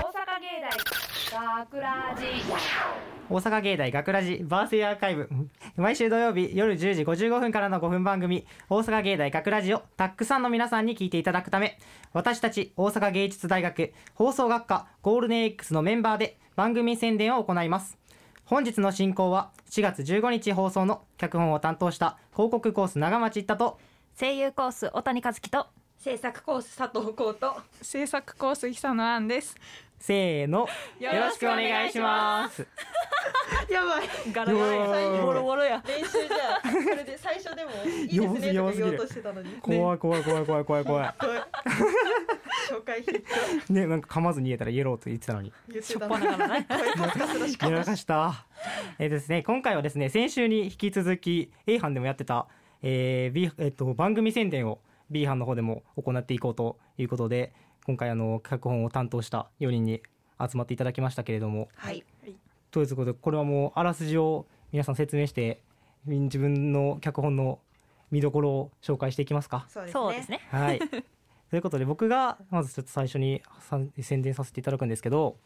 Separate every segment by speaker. Speaker 1: 大学ラジ
Speaker 2: 大阪芸大学ラジバースデーアーカイブん毎週土曜日夜10時55分からの5分番組「大阪芸大学ラジをたくさんの皆さんに聞いていただくため私たち大阪芸術大学放送学科ゴールデン X のメンバーで番組宣伝を行います本日の進行は4月15日放送の脚本を担当した広告コース長町一太と
Speaker 3: 声優コース小谷和樹と
Speaker 1: 制作コース佐藤浩と
Speaker 4: 制作コース久野杏です。
Speaker 2: せーの
Speaker 4: よ
Speaker 2: よろ
Speaker 4: ろ
Speaker 2: し
Speaker 4: し
Speaker 2: く
Speaker 4: く
Speaker 2: お
Speaker 4: お
Speaker 2: 願
Speaker 4: 願
Speaker 2: い
Speaker 4: い
Speaker 2: し
Speaker 4: し
Speaker 2: ま
Speaker 4: ます
Speaker 1: やばい
Speaker 3: ガ
Speaker 2: ラガラやうわーボロボ
Speaker 3: ロや
Speaker 1: 練習じゃあそれで最初でもいいですねとか言おうとしてたのに
Speaker 2: 怖い怖い怖い怖い怖い怖い
Speaker 1: 紹介ヒット
Speaker 2: ねなんか噛まずに言えたらイエローと言ってたのに
Speaker 1: 言って
Speaker 3: しょったぱ
Speaker 1: の
Speaker 3: な
Speaker 1: に
Speaker 3: がらね
Speaker 2: やらかした。えーですね、今回はですね、先週に引き続き A 班でもやってた、えー B えっと番組宣伝を B 班の方でも行っていこうということで、今回あの脚本を担当した4人に集まっていただきましたけれども、
Speaker 1: はい
Speaker 2: ということでこれはもうあらすじを皆さん説明して、み自分の脚本の見どころを紹介していきますか。
Speaker 3: そうですね
Speaker 2: はい。 ということで僕がまずちょっと最初にさん宣伝させていただくんですけど、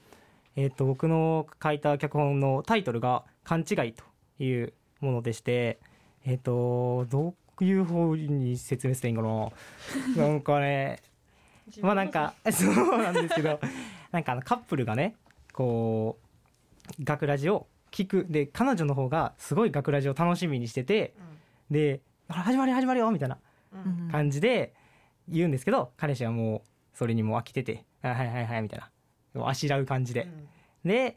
Speaker 2: えっと僕の書いた脚本のタイトルが「勘違い」というものでしてえっとどういう方に説明したらいいんかななんかねまあなんか そうなんですけど なんかあのカップルがねこう学ラジを聞くで彼女の方がすごい学ラジを楽しみにしててで「あ始まるよ始まるよ」みたいな感じで言うんですけど彼氏はもうそれにもう飽きてて「あはいはいはい」みたいなもうあしらう感じで、で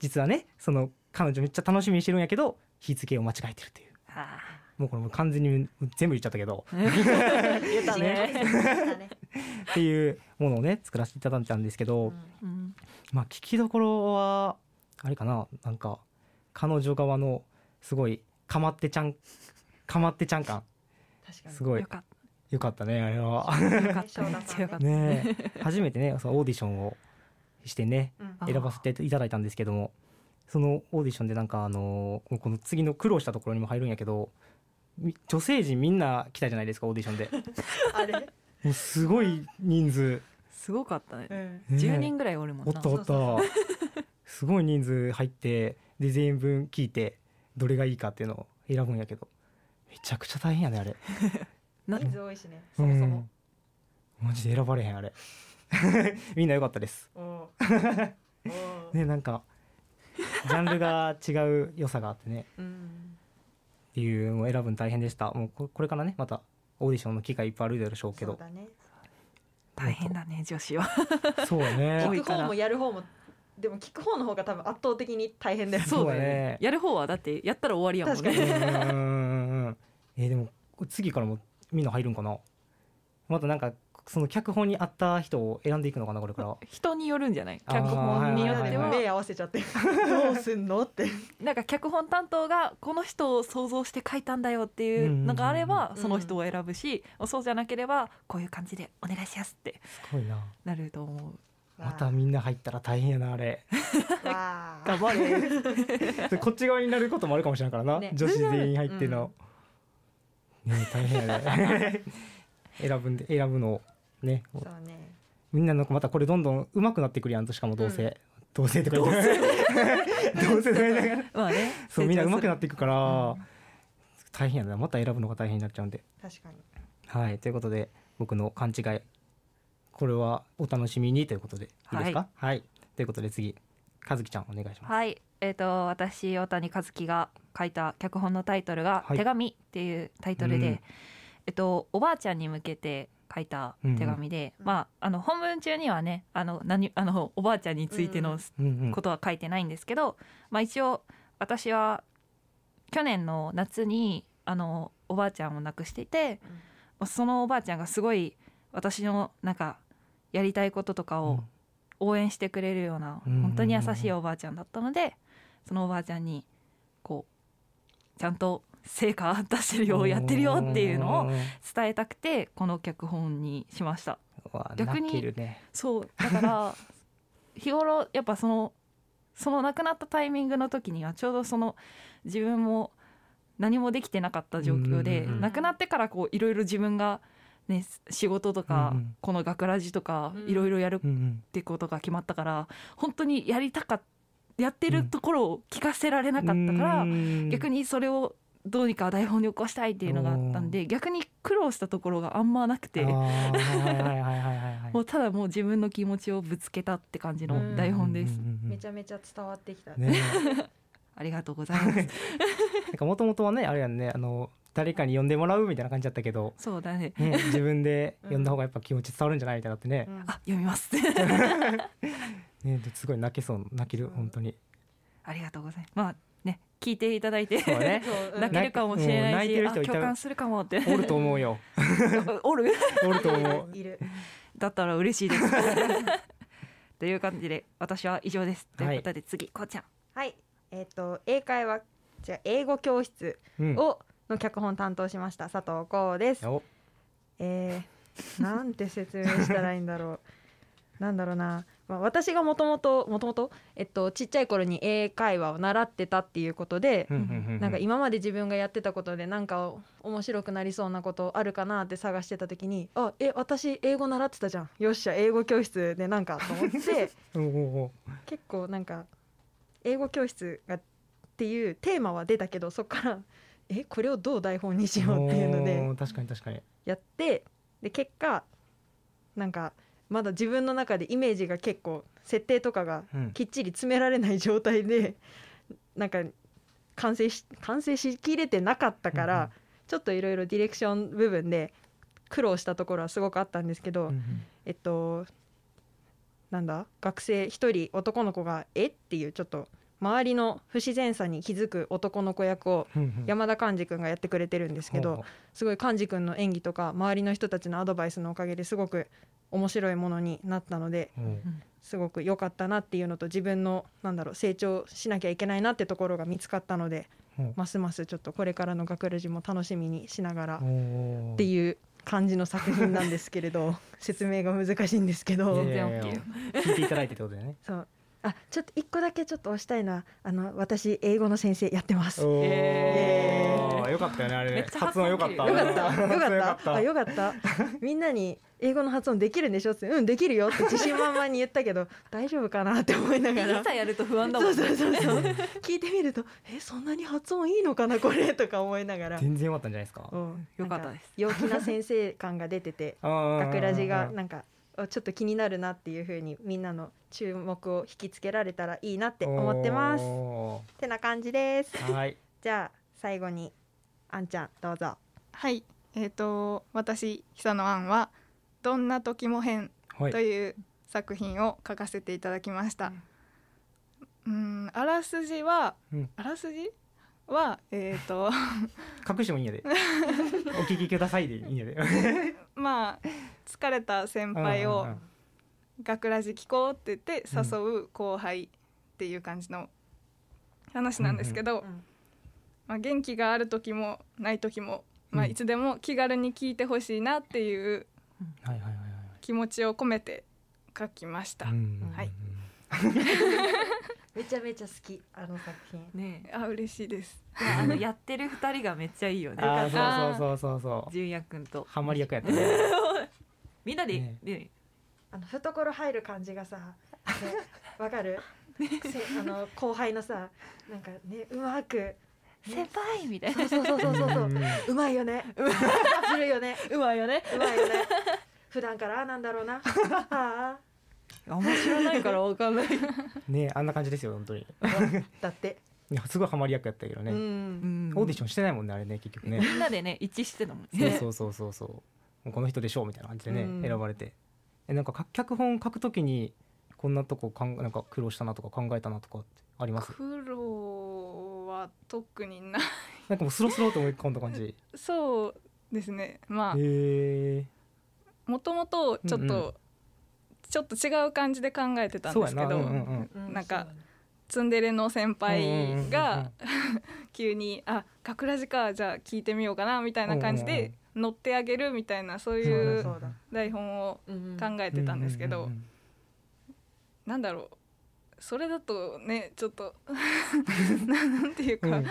Speaker 2: 実はねその彼女めっちゃ楽しみにしてるんやけど日付を間違えてるという
Speaker 3: あ
Speaker 2: もうこれもう完全に全部言っちゃったけど
Speaker 3: ー言ったね
Speaker 2: っていうものをね作らせていただいたんですけど、
Speaker 3: うん
Speaker 2: まあ聞きどころはあれかななんか彼女側のすごいかまってちゃんかまってちゃん感すごい
Speaker 3: よかっ
Speaker 2: よかったねあれは。
Speaker 3: たよかっためっちゃよかった
Speaker 2: ね え初めてねそのオーディションをしてね
Speaker 3: あー
Speaker 2: 選ばせていただいたんですけどもそのオーディションでなんかあのこの次の苦労したところにも入るんやけどみ女性陣みんな来たじゃないですかオーディシ ョンで
Speaker 1: あれ
Speaker 2: もうすごい人数、
Speaker 3: すごかったね
Speaker 2: ねえ
Speaker 3: 10人ぐらいおるも
Speaker 2: お
Speaker 3: ん
Speaker 2: っ
Speaker 3: な
Speaker 2: たおったすごい人数入ってで全員分聞いてどれがいいかっていうのを選ぶんやけどめちゃくちゃ大変やねあれ
Speaker 3: な
Speaker 1: 人数多いしねそもそも
Speaker 2: うんマジで選ばれへんあれ みんな良かったです
Speaker 1: おーおー
Speaker 2: ねなんかジャンルが違う良さがあってね
Speaker 1: うん
Speaker 2: っていうもう選ぶの大変でしたもうここれからねまたオーディションの機会いっぱいあるでしょうけ
Speaker 1: そう
Speaker 2: ど
Speaker 1: だね
Speaker 3: 大変だね女子は
Speaker 2: そうだ
Speaker 3: 多
Speaker 2: ね
Speaker 3: い
Speaker 1: 聞く方もやる方もでも聞く方の方が多分圧倒的に大変だよ ね
Speaker 2: そ
Speaker 3: そうう
Speaker 2: だ
Speaker 3: だ
Speaker 2: ね
Speaker 3: よねやる方はだってやったら終わりやも ん
Speaker 2: う
Speaker 3: ね
Speaker 2: ーんえーでも次からもみんな入るんかなまたなんかその脚本に合った人を選んでいくのかなこれから
Speaker 3: 人によるんじゃない
Speaker 2: あー
Speaker 3: 脚本によって
Speaker 2: はいはいはい
Speaker 3: は
Speaker 1: 目合わせちゃってどうすんのって
Speaker 3: なんか脚本担当がこの人を想像して書いたんだよっていうのがあれ
Speaker 2: うんうん
Speaker 1: う
Speaker 3: ば
Speaker 1: んうん
Speaker 3: その人を選ぶしそうじゃなければこういう感じでお願いしますって
Speaker 2: すごいな
Speaker 3: なると思う
Speaker 2: またみんな入ったら大変やなあ れ
Speaker 1: わあ
Speaker 3: 頑張れ
Speaker 2: でこっち側になることもあるかもしれない からな、
Speaker 1: ね
Speaker 2: 女子全員入っての、ね大変やね 選ぶんで選ぶのをね
Speaker 1: そうね
Speaker 2: みんななんかまたこれどんどん上手くなってくるやんとしかもどうせ、
Speaker 1: うん
Speaker 2: どうせとか言って どうせとか言いながら
Speaker 3: まあね
Speaker 2: そうみんな上手くな
Speaker 3: っ
Speaker 2: っていくから、大変やなまた選ぶのが大変になっちゃうんで
Speaker 1: 確かに
Speaker 2: はいということで僕の勘違いこれはお楽しみにということでいいですかはい、ということで次和樹ちゃんお願いします
Speaker 3: はい、えー、と私小谷和樹が書いた脚本のタイトルが「
Speaker 2: はい
Speaker 3: 手紙」っていうタイトルで、
Speaker 2: うん
Speaker 3: えっと、おばあちゃんに向けて書いた手紙で、
Speaker 1: うん
Speaker 3: まあ、あの本文中にはねあの何あのおばあちゃんについて
Speaker 1: う
Speaker 3: の
Speaker 1: ん
Speaker 2: うんうん
Speaker 3: ことは書いてないんですけど、まあ、一応私は去年の夏にあのおばあちゃんを亡くしていて、
Speaker 1: うん
Speaker 3: まあそのおばあちゃんがすごい私のなんかやりたいこととかを応援してくれるような
Speaker 2: うん
Speaker 3: 本当に優しいおばあちゃんだったのでそのおばあちゃんにこうちゃんと成果出してるよやってるよっていうのを
Speaker 2: を
Speaker 3: 伝えたくてこの脚本にしました
Speaker 2: 逆
Speaker 3: 逆
Speaker 2: に
Speaker 3: に
Speaker 2: 泣けるね
Speaker 3: そうだから日頃やっぱそのその亡くなったタイミングの時にはちょうどその自分も何もできてなかった状況
Speaker 2: う
Speaker 3: で
Speaker 2: んうん
Speaker 1: うん
Speaker 3: 亡くなってからこういろいろ自分がね、仕事とか、
Speaker 2: うんうん
Speaker 3: この学ラジとか
Speaker 1: うん
Speaker 3: いろいろやるっ
Speaker 2: うんうん
Speaker 3: てことが決まったから本当にやりたかっやってるところを聞かせられなかったから、逆
Speaker 2: に
Speaker 3: にそれをどうにか台本に起こしたいっていうのがあったんで逆に苦労したところがあんまなくて
Speaker 2: はいはいはいはいはいはい
Speaker 3: もうただもう自分の気持ちをぶつけたって感じの台本です。
Speaker 2: うんうんうんうん
Speaker 1: めちゃめちゃ伝わってきた。
Speaker 2: ね
Speaker 3: ありがとうございます。
Speaker 2: なんかもともとはねあれやんねあの誰かに呼んでもらうみたいな感じだったけど、
Speaker 3: そうだね。
Speaker 2: ね、自分で呼んだ方がやっぱ気持ち伝わるんじゃないみたいになってね
Speaker 1: う,、ん
Speaker 3: あ、読 みます。
Speaker 2: ねですごい泣けそう泣ける本当に
Speaker 3: ありがとうございます。まあね、聞いていただいて
Speaker 2: そうだね
Speaker 1: そううん
Speaker 3: 泣けるかもしれないし、
Speaker 2: うん
Speaker 3: あ
Speaker 2: 泣いてる人いた
Speaker 3: 共感するかもって
Speaker 2: おると思うよ
Speaker 3: おる
Speaker 2: おると思う
Speaker 1: いる。
Speaker 3: だったら嬉しい です。という感じで私は以上です。ということで次こうちゃん。
Speaker 1: はい、えっ、と英会話じゃあ英語教室
Speaker 2: うん
Speaker 1: をの脚本担当しました佐藤光です。
Speaker 2: お
Speaker 1: えー、なんて説明したらいいんだろう。 なんだろうな、まあ、私がもともともともとえっとちっちゃい頃に英会話を習ってたっていうことで、
Speaker 2: うんうんうんう
Speaker 1: なんか今まで自分がやってたことでなんか面白くなりそうなことあるかなって探してた時にあえ私英語習ってたじゃんよっしゃ英語教室でなんかと思って
Speaker 2: おおお
Speaker 1: 結構なんか英語教室がっていうテーマは出たけどそっからえこれをどう台本にしようっていうので
Speaker 2: おー確かに確かに
Speaker 1: やってで結果なんかまだ自分の中でイメージが結構設定とかが
Speaker 2: うん
Speaker 1: きっちり詰められない状態でなんか完成し完成しきれてなかったから、
Speaker 2: うんうん
Speaker 1: ちょっといろいろディレクション部分で苦労したところはすごくあったんですけど、
Speaker 2: うんうん
Speaker 1: えっとなんだ学生一人男の子が「えっ?」ていうちょっと周りの不自然さに気づく男の子役を
Speaker 2: うんうん
Speaker 1: 山田寛治君がやってくれてるんですけど、
Speaker 2: ほう
Speaker 1: すごい寛治君の演技とか周りの人たちのアドバイスのおかげですごく面白いものになったので
Speaker 2: ほううん
Speaker 1: すごく良かったなっていうのと自分のなんだろう成長しなきゃいけないなってところが見つかったので
Speaker 2: うん
Speaker 1: ますますちょっとこれからの学ラジも楽しみにしながらっ
Speaker 2: おー
Speaker 1: ていう感じの作品なんですけ れど説明が難しいんですけ
Speaker 2: いや
Speaker 1: ど
Speaker 2: いやい
Speaker 3: 全然
Speaker 2: や聞いていただいてってことだよね
Speaker 1: そうあちょっと一個だけちょっと押したいのはあの私英語の先生やってます。よ
Speaker 2: お
Speaker 1: え
Speaker 2: ーよかったよねあれ
Speaker 3: め
Speaker 2: ね
Speaker 3: っちゃ
Speaker 2: 発音よかった
Speaker 3: 発音
Speaker 1: かった、
Speaker 3: よ
Speaker 1: よかった、あ、
Speaker 2: よ
Speaker 1: よ かった。みんなに英語の発音できるんでしょって、うん、できるよって自信満々に言ったけど、大丈夫かなって思いながら
Speaker 3: い。ざやると不安だも
Speaker 1: そ
Speaker 3: ん
Speaker 1: うそうそうそう
Speaker 2: うん
Speaker 1: 聞いてみるとえそんなに発音いいのかなこれとか思いながら
Speaker 2: 全然よかったんじゃないですか
Speaker 1: うん
Speaker 3: よかったです
Speaker 1: なん陽気な先生感が出てて学
Speaker 2: 学
Speaker 1: ラジがなんかあちょっと気になるなっていう風にみんなの注目を引きつけられたらいいなって思ってます
Speaker 2: お
Speaker 1: てな感じです
Speaker 2: ーはい
Speaker 1: じゃあ最後にあんちゃんどうぞ
Speaker 4: はい、えっ、と私久野杏はどんな時も編
Speaker 2: はい
Speaker 4: という作品を書かせていただきました。うん、あらすじは、
Speaker 2: うん
Speaker 4: あらすじはえっ、と
Speaker 2: 隠してもいいん やでお聞きくださいでいいんやで
Speaker 4: まあ疲れた先輩
Speaker 2: う
Speaker 4: を
Speaker 2: んうんうん
Speaker 4: 学ラジ聞こうって言って誘う後輩っていう感じの話なんですけど、まあ、元気がある時もない時も、まあ、
Speaker 2: うん
Speaker 4: いつでも気軽に聞いてほしいなっていう
Speaker 2: はいはいはい
Speaker 4: 気持ちを込めて書きました。
Speaker 2: はいうん
Speaker 4: はい
Speaker 1: めちゃめちゃ好きあの作品
Speaker 3: ねえ
Speaker 4: あ嬉しいです。
Speaker 3: いやあのやってる二人がめっちゃいいよね。
Speaker 2: あ
Speaker 4: よか
Speaker 2: ー
Speaker 4: った
Speaker 2: そうそうそうそうそう
Speaker 3: 純也くんと
Speaker 2: ハマり役やったね
Speaker 3: みんなで、
Speaker 2: ね、
Speaker 3: ね
Speaker 1: あの懐入る感じがさ、 ねわか る？せあの後輩のさ、なんかねうまく、
Speaker 3: 先輩みたいな。
Speaker 1: そうそうそうそうそうそううんうまいよね、ずるいよね、
Speaker 3: うまいよね。
Speaker 1: うまいよね。普段からああなんだろうな、あ
Speaker 3: あんま知らないからわかん ない。
Speaker 2: ねあんな感じですよ本当に
Speaker 1: あ、だって、
Speaker 2: いやすごいハマり役やったけど
Speaker 1: う
Speaker 2: ね
Speaker 1: ん、
Speaker 2: オーディシ
Speaker 3: ョ
Speaker 2: ョンしてないもんねあれね結局ね
Speaker 3: みんなでね一致してたもん
Speaker 2: そう
Speaker 3: ね。
Speaker 2: そうそうそうそうもうこの人でしょうみたいな感じでね、
Speaker 1: うん
Speaker 2: 選ばれてえなんかか脚本書くときにこんなとこかんなんか苦労したなとか考えたなとかってあり ます
Speaker 4: 苦労は特にな
Speaker 2: なんかもうスロスロと思い込んだ感じへ
Speaker 4: そうですね。まあ
Speaker 2: え
Speaker 4: もともとちょっと、
Speaker 2: うんう
Speaker 4: ちょっと違う感じで考えてたん
Speaker 2: そうや
Speaker 4: ですけ
Speaker 2: な
Speaker 4: ど、
Speaker 2: うんうんうん
Speaker 4: なんかツンデレの先輩が急に「あかくらじかじゃあ聞いてみようかな」みたいな感じ
Speaker 2: うんうん
Speaker 4: で乗ってあげるみたいなそ
Speaker 1: そう
Speaker 4: うい
Speaker 1: だ
Speaker 4: う
Speaker 1: そうだ、
Speaker 4: 台本を
Speaker 1: うん
Speaker 4: 考えてたんですけ
Speaker 2: う
Speaker 4: ど
Speaker 2: ううん
Speaker 4: なんだろうそれだとねちょっ となんていう
Speaker 2: うん
Speaker 4: か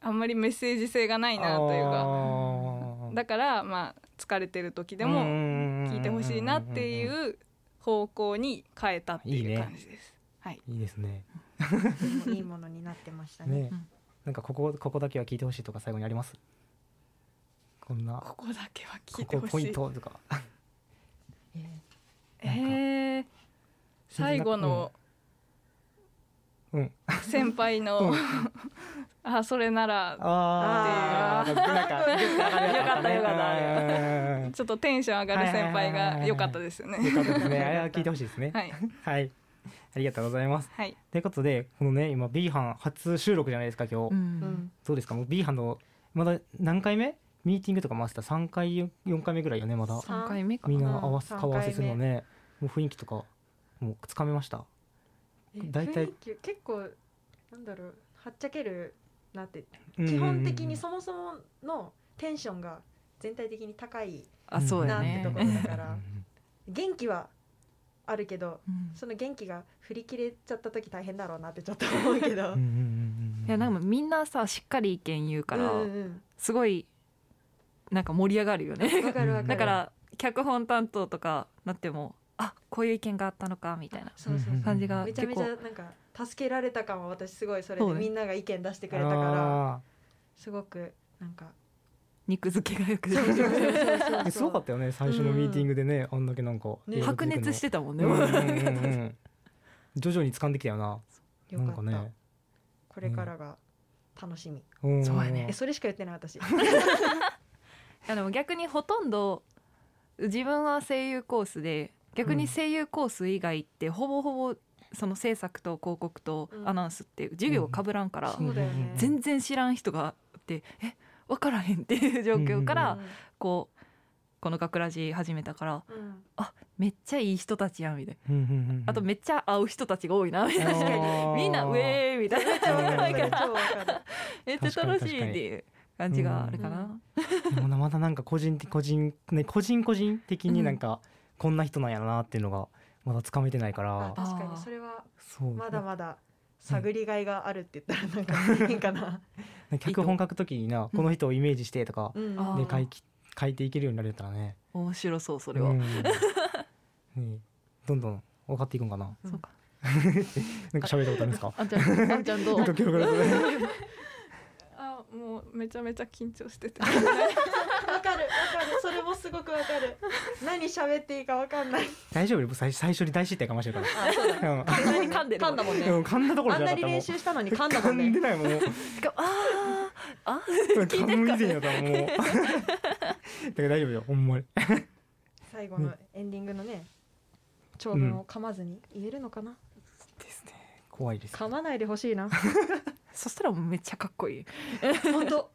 Speaker 4: あんまりメッセージ性がないなというか
Speaker 2: あー
Speaker 4: だからまあ疲れてる時で
Speaker 2: うんうん
Speaker 4: も
Speaker 2: うんうん
Speaker 4: 聞いてほしいなっていう方向に変えたって
Speaker 2: いい
Speaker 4: い
Speaker 2: ね
Speaker 4: う感じです。はい、
Speaker 2: いいですね
Speaker 1: いいものになってましたね
Speaker 2: ねなんかここここだけは聞いてほしいとか最後にありますこんな
Speaker 4: ここだけは聞
Speaker 2: こ
Speaker 4: いて
Speaker 2: こ
Speaker 4: ほ
Speaker 2: ポイ
Speaker 4: し
Speaker 2: ン
Speaker 4: い。
Speaker 2: トとか
Speaker 4: えー、最後の
Speaker 2: うんうん
Speaker 4: 先輩のあそれなら
Speaker 2: あーなんか
Speaker 1: よ かったよかった
Speaker 2: うん
Speaker 4: ちょっとテンション上がる先輩が良かったですよね。
Speaker 2: よかったですねあれは聞いてほしいですね
Speaker 4: はい
Speaker 2: はいありがとうございます
Speaker 4: はい。
Speaker 2: ということでこのね今 B 班初収録じゃないですか今日、
Speaker 3: うん
Speaker 1: うん
Speaker 2: どうですかもう B 班のまだ何回目ミーティングとか回した3回4回目ぐらいよねまだ
Speaker 3: 三回目か
Speaker 2: みん
Speaker 3: な。
Speaker 2: な合わせ
Speaker 1: うん
Speaker 2: 顔合わせするのねもう雰囲気とかもうつかめました大体
Speaker 1: 雰囲気結構なんだろうはっちゃけるなって基本的にそもそものテンションが全体的に高い
Speaker 3: あそうや
Speaker 1: なんてところ
Speaker 3: ね。
Speaker 1: だから元気はあるけど
Speaker 3: うん
Speaker 1: その元気が振り切れちゃった時大変だろうなってちょっと思うけ
Speaker 2: う
Speaker 1: ど
Speaker 2: んうんうんうん
Speaker 3: いやなんかみんなさしっかり意見言うから
Speaker 1: うんうん
Speaker 3: すごいなんか盛り上がるよ
Speaker 1: うんわ
Speaker 3: ね。
Speaker 1: かるわかる
Speaker 3: だから脚本担当とかなってもあこういう意見があったのかみたいな
Speaker 1: そうそうそう
Speaker 3: 感じが
Speaker 1: めち
Speaker 3: 結
Speaker 1: ゃめちゃ
Speaker 3: 構
Speaker 1: なんか助けられた感は私すごいそれで
Speaker 3: そうね
Speaker 1: みんなが意見出してくれたから
Speaker 2: あ
Speaker 1: すごくなん か
Speaker 3: 肉付けがよく出て
Speaker 1: そうそうそう
Speaker 2: ーえすごかったよね最初のミーティングでねあんだけなんか
Speaker 1: ね
Speaker 3: 白熱しててたもんね。
Speaker 2: うんうんうんう
Speaker 3: なんか
Speaker 2: ん徐々に掴んできたよな
Speaker 1: よ
Speaker 2: なん
Speaker 1: か
Speaker 2: か
Speaker 1: っ
Speaker 2: ね
Speaker 1: たこれからが楽しみ
Speaker 2: ん
Speaker 3: そうやね
Speaker 1: えそれしか言ってない私
Speaker 3: いやでも逆にほとんど自分は声優コースで逆に声優コース以外ってほぼほぼその制作と広告と
Speaker 1: うん
Speaker 3: アナウンスっていう授業かぶらんから
Speaker 1: そうだよね
Speaker 2: 然
Speaker 3: 全然知らん人がってえ分からへんっていう状況か
Speaker 2: あ
Speaker 3: らこうこの学ラジ始めたから
Speaker 1: うん うん
Speaker 3: めっちゃいい人たちやんみたいな
Speaker 2: うんうんうんうん
Speaker 3: あとめっちゃ会う人たちが多いなみたいな
Speaker 1: 確かに
Speaker 2: あー
Speaker 3: みんなウェーイみたいな
Speaker 1: 超わか
Speaker 2: う
Speaker 1: る
Speaker 2: ん
Speaker 1: 超わかる
Speaker 3: めっちゃ楽しいっていう感じがあるか
Speaker 1: う。
Speaker 3: なん
Speaker 2: でもなまだなんか個人的個人ね個人個人的になんかこんな人なんやろなっていうのがまだつかめてないから
Speaker 1: あ確かにそれは
Speaker 2: そう
Speaker 1: まだまだ探りがいがあるって言ったらなんか変かな
Speaker 2: ね脚本書くときになこの人をイメージしてとか
Speaker 1: うん
Speaker 3: あ
Speaker 2: で
Speaker 3: ー
Speaker 2: 書いき書いていけるようになれたらね
Speaker 3: 面白そうそれは、
Speaker 2: うんねどんどん分かっていくんかな
Speaker 3: そうか
Speaker 2: なんか喋ったことあります か
Speaker 3: あんちゃんあんちゃんどう
Speaker 2: なんか記録が
Speaker 4: あもうめちゃめちゃ緊張してて。
Speaker 1: わかるわかるそれもすごくわかる何喋っていいかわかんない
Speaker 2: 大丈夫よ最最初に大失態かましてるか
Speaker 1: あ そうだ
Speaker 2: らうん
Speaker 3: 噛んでる
Speaker 1: 噛んだ もん
Speaker 2: う
Speaker 1: ね
Speaker 2: ん噛んだところ
Speaker 1: あ
Speaker 2: じ
Speaker 1: ん
Speaker 2: ゃなかっ
Speaker 1: なに
Speaker 2: たもう
Speaker 1: 練習したのに噛んだも
Speaker 2: 噛
Speaker 1: ん
Speaker 2: んで
Speaker 1: ね
Speaker 2: ないも う
Speaker 3: しかもあーあ
Speaker 2: 噛みついたからもう だから大丈夫よほんまに
Speaker 1: 最後のエンディングのね長文を噛まずに言えるのかな
Speaker 2: ですね怖いです
Speaker 1: 噛まないでほしいな
Speaker 3: そしたらもうめっちゃかっこいい
Speaker 1: 本当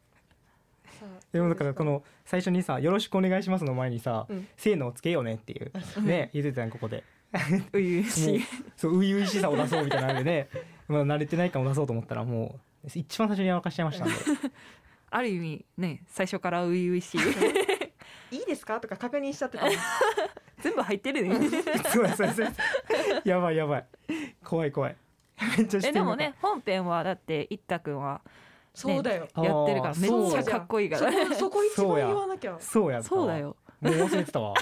Speaker 2: でもだからこの最初にさ「よろしくお願いします」の前にさ
Speaker 1: うん
Speaker 2: 「せーの」をつけようねっていうね言ってたやんここで
Speaker 3: ういう
Speaker 2: もう
Speaker 3: しい
Speaker 2: そう初々しさを出そうみたいなのでね まだ慣れてない感を出そうと思ったらもう一番最初にやらかしちゃいました んで
Speaker 3: ある意味ね最初からういうい しい
Speaker 1: いいですかとか確認しちゃってたもん
Speaker 3: 全部入ってる ね
Speaker 2: すいませんすいませんやばいやばい怖い怖いめっちゃして
Speaker 3: え
Speaker 2: る
Speaker 3: でもね本編はだっていったくんは
Speaker 1: そうだよ
Speaker 2: あー
Speaker 3: やってるからめ
Speaker 2: そう
Speaker 3: っちゃかっこいいか
Speaker 1: そ
Speaker 3: ら
Speaker 1: こそこ一番言わなきゃ
Speaker 2: そうやったわ
Speaker 3: そうだよ
Speaker 2: もう忘れてた わ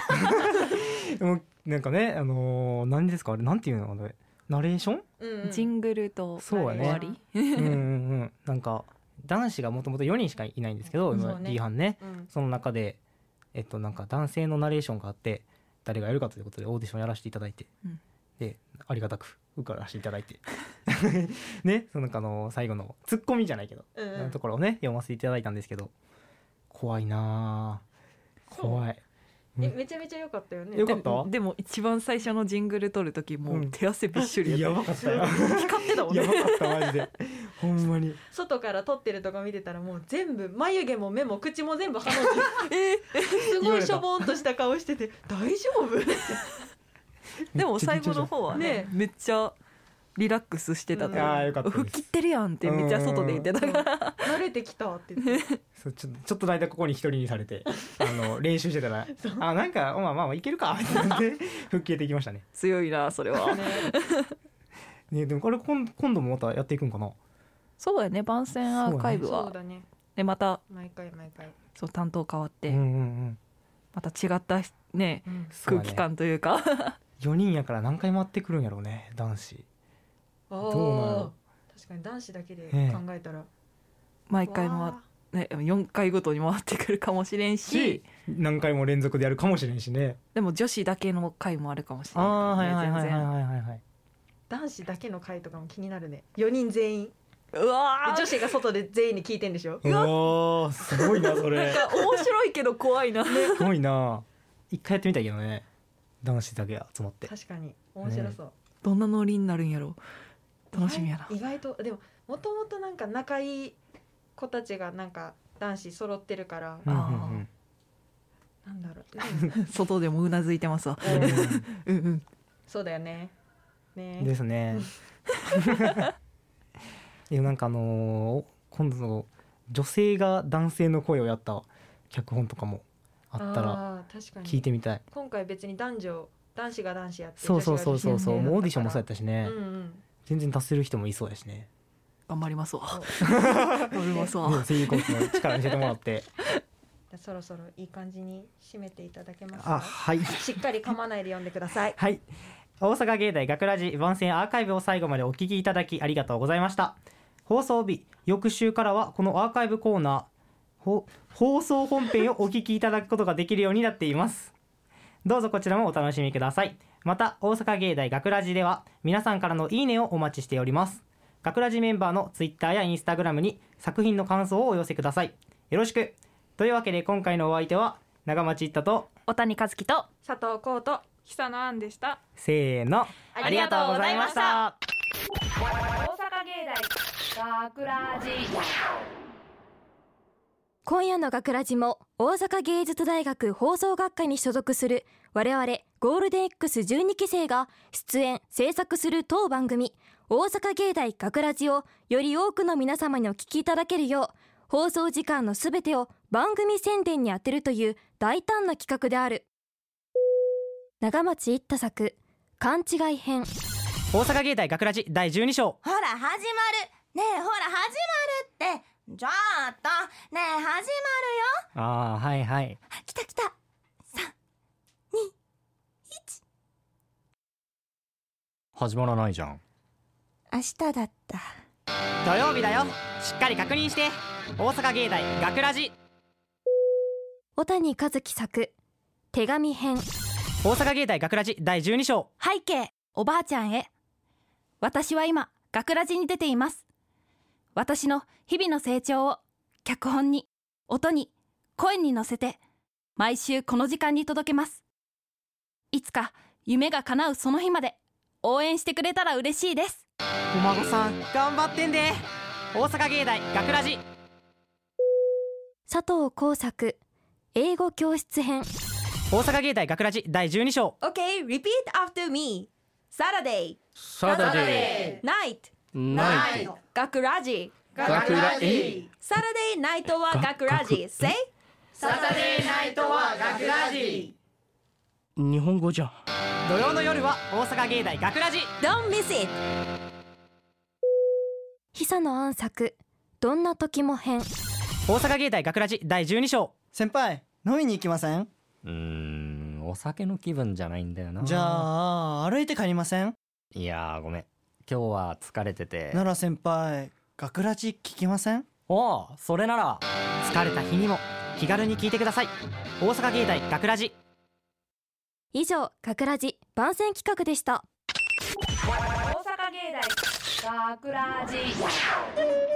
Speaker 2: もうなんかねあのー何ですかあれなんていうのあれナレーション
Speaker 1: うんうん
Speaker 3: ジングルと
Speaker 2: そうや
Speaker 3: 終わ
Speaker 2: ねう
Speaker 3: り
Speaker 2: んうんうんなんか男子がもともと4人しかいないんですけど、
Speaker 1: うん
Speaker 2: 今
Speaker 1: そうね
Speaker 2: B 班ね
Speaker 1: うん
Speaker 2: その中で、えっと、なんか男性のナレーションがあって誰がやるかということでオーディションやらせていただいて、
Speaker 3: うん
Speaker 2: でありがたく受からせていただいてねそのなんかあの最後のツッコミじゃないけど、
Speaker 1: うんうん
Speaker 2: のところをね読ませていただいたんですけど怖いなあ
Speaker 1: そう
Speaker 2: 怖い
Speaker 1: えめちゃめちゃ良かったよね
Speaker 2: よかった
Speaker 3: ででも一番最初のジングル撮る時もう手汗びっしょりや
Speaker 2: や
Speaker 3: っ
Speaker 2: ばかったよ
Speaker 3: た光ってたもん
Speaker 2: や
Speaker 3: ね
Speaker 2: ばかったマジでほんまに
Speaker 1: 外から撮ってるとこ見てたらもう全部眉毛も目も口も全部ハの字す
Speaker 2: 言
Speaker 1: ご
Speaker 2: わ
Speaker 1: い
Speaker 2: れた
Speaker 1: しょぼんとした顔してて「大丈夫?」
Speaker 3: でも最後の方はね
Speaker 1: ね
Speaker 3: めっちゃリラックスしてたという
Speaker 2: あーよかったです
Speaker 3: 吹っ切ってるやんってめっちゃ外で言ってたから
Speaker 1: 慣れてきたって言って
Speaker 2: そうちょちょっと大体ここに一人にされ てあの練習してたら「あなんかまあまあまあいけるか」ってなって復帰できましたね
Speaker 3: 強いなそれは
Speaker 2: ね、でもこれ今今度もまたやっていくんかな。
Speaker 3: そうやね番宣アーカイブ
Speaker 1: そう
Speaker 3: は、
Speaker 1: だね
Speaker 3: でまた
Speaker 1: 毎回毎回
Speaker 3: そう担当変わって、
Speaker 2: うんうんうん。
Speaker 3: また違ったしね
Speaker 1: うん
Speaker 3: 空気感というか
Speaker 5: 4人やから何回回ってくるんやろうね男子
Speaker 1: あ
Speaker 5: どうな
Speaker 1: ー
Speaker 5: の
Speaker 1: 確かに男子だけで
Speaker 5: ええ
Speaker 1: 考えたら
Speaker 3: 毎回回っね4回ごとに回ってくるかもしれんし
Speaker 5: 何回も連続でやるかもしれんしね
Speaker 3: でも女子だけの回もあるかもしれ
Speaker 5: あ
Speaker 3: ない
Speaker 5: あはいはい
Speaker 3: から
Speaker 5: はい
Speaker 3: ね全
Speaker 5: はい
Speaker 3: 然
Speaker 5: はいはいはい
Speaker 1: 男子だけの回とかも気になるね4人全員
Speaker 3: うわ
Speaker 1: で
Speaker 3: ー
Speaker 1: 女子が外で全員に聞いてんでしょ
Speaker 5: おーすごいなそれ
Speaker 3: なんか面白いけど怖いな
Speaker 5: すごいな一回やってみたいけどね男子だけ集まって
Speaker 1: 確かに面白そう、
Speaker 3: どんなノリになるんやろ楽しみやな
Speaker 1: 意外意外とでももともとなんか仲いい子たちがなんか男子揃ってるから、
Speaker 5: うんうん
Speaker 1: なんだ ろう、でも
Speaker 3: 外でもうなずいてますわ
Speaker 1: おー
Speaker 3: うんうん
Speaker 1: そうだよね
Speaker 5: う
Speaker 1: ね
Speaker 5: んですねいやなんかあのー今度の女性が男性の声をやった脚本とかもあったら
Speaker 1: あー確かに
Speaker 5: 聞いてみたい
Speaker 1: 今回別に男女男子が男子やって
Speaker 5: そうそうそうそうそう
Speaker 1: 女子が女子やって
Speaker 5: もうオーディションもそうやったしね、
Speaker 1: うんうん
Speaker 5: 全然達せる人もいそうやしね
Speaker 3: 頑張りますわ 頑張ります
Speaker 5: ね
Speaker 3: わ
Speaker 5: 声優コースの力見せてもらって
Speaker 1: じゃあそろそろいい感じに締めていただけます
Speaker 5: あ
Speaker 1: か
Speaker 5: はい
Speaker 1: しっかり噛まないで読んでください
Speaker 2: はい大阪芸大学ラジ番宣アーカイブを最後までお聞きいただきありがとうございました放送日翌週からはこのアーカイブコーナーほ放送本編をお聞きいただくことができるようになっていますどうぞこちらもお楽しみくださいまた大阪芸大学ラジでは皆さんからのいいねをお待ちしております学ラジメンバーのツイッターやインスタグラムに作品の感想をお寄せくださいよろしくというわけで今回のお相手は長町一太と
Speaker 3: 小谷和樹と
Speaker 1: 佐藤浩と
Speaker 4: 久野杏でした
Speaker 2: せーの
Speaker 1: ありがとうございました
Speaker 6: 今夜の学ラジも大阪芸術大学放送学科に所属する我々ゴールデン X12 期生が出演制作する当番組大阪芸大学ラジをより多くの皆様にお聞きいただけるよう放送時間のすべてを番組宣伝に充てるという大胆な企画である長町一太作勘違い編
Speaker 2: 大阪芸大学ラジ第12章
Speaker 7: ほら始まるねえほら始まるってちょっとねえ始まるよ
Speaker 2: ああはいはい
Speaker 7: 来た来た
Speaker 8: 始まらないじゃん
Speaker 7: 明日だった
Speaker 2: 土曜日だよしっかり確認して大阪芸大学ラジ
Speaker 6: 小谷和樹作手紙編
Speaker 2: 大阪芸大学ラジ第12章
Speaker 7: 背景おばあちゃんへ私は今学ラジに出ています私の日々の成長を脚本に音に声に乗せて毎週この時間に届けますいつか夢が叶うその日まで応援してくれたら嬉しいです
Speaker 2: お孫さん頑張ってんで大阪芸大学ラジ
Speaker 6: 佐藤耕作英語教室編
Speaker 2: 大阪芸大学ラジ第12章
Speaker 9: Okay, repeat after me. Saturday,
Speaker 8: サダデ
Speaker 9: night,
Speaker 8: ー
Speaker 9: ナ
Speaker 8: ナ
Speaker 9: イ
Speaker 8: イ
Speaker 9: ト学ラジ。
Speaker 8: 学ラジ
Speaker 9: Saturday night は学ラジ。Say.
Speaker 8: 日本語じゃん
Speaker 2: 土曜の夜は大阪芸大学ラジ
Speaker 9: Don't miss it.
Speaker 6: 久野安作どんな時も編
Speaker 2: 大阪芸大学ラジ第12章
Speaker 10: 先輩飲みに行きません
Speaker 8: うーんお酒の気分じゃないんだよな
Speaker 10: じゃあ歩いて帰りません
Speaker 8: いやーごめん今日は疲れてて
Speaker 10: なら先輩学ラジ聞きません
Speaker 8: おうそれなら
Speaker 2: 疲れた日にも気軽に聞いてください大阪芸大学ラジ
Speaker 6: 以上学ラジ番宣企画でした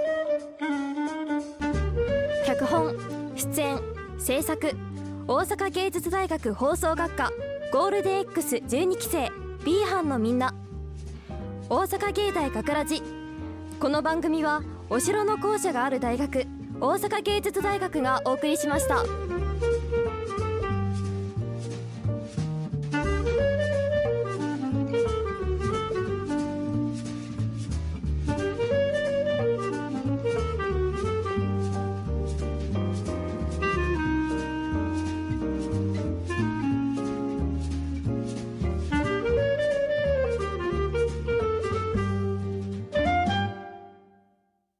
Speaker 6: 大阪芸大学ラジ脚本出演制作大阪芸術大学放送学科ゴールデン X12 期生 B 班のみんな大阪芸大学ラジこの番組はお城の校舎がある大学大阪芸術大学がお送りしました。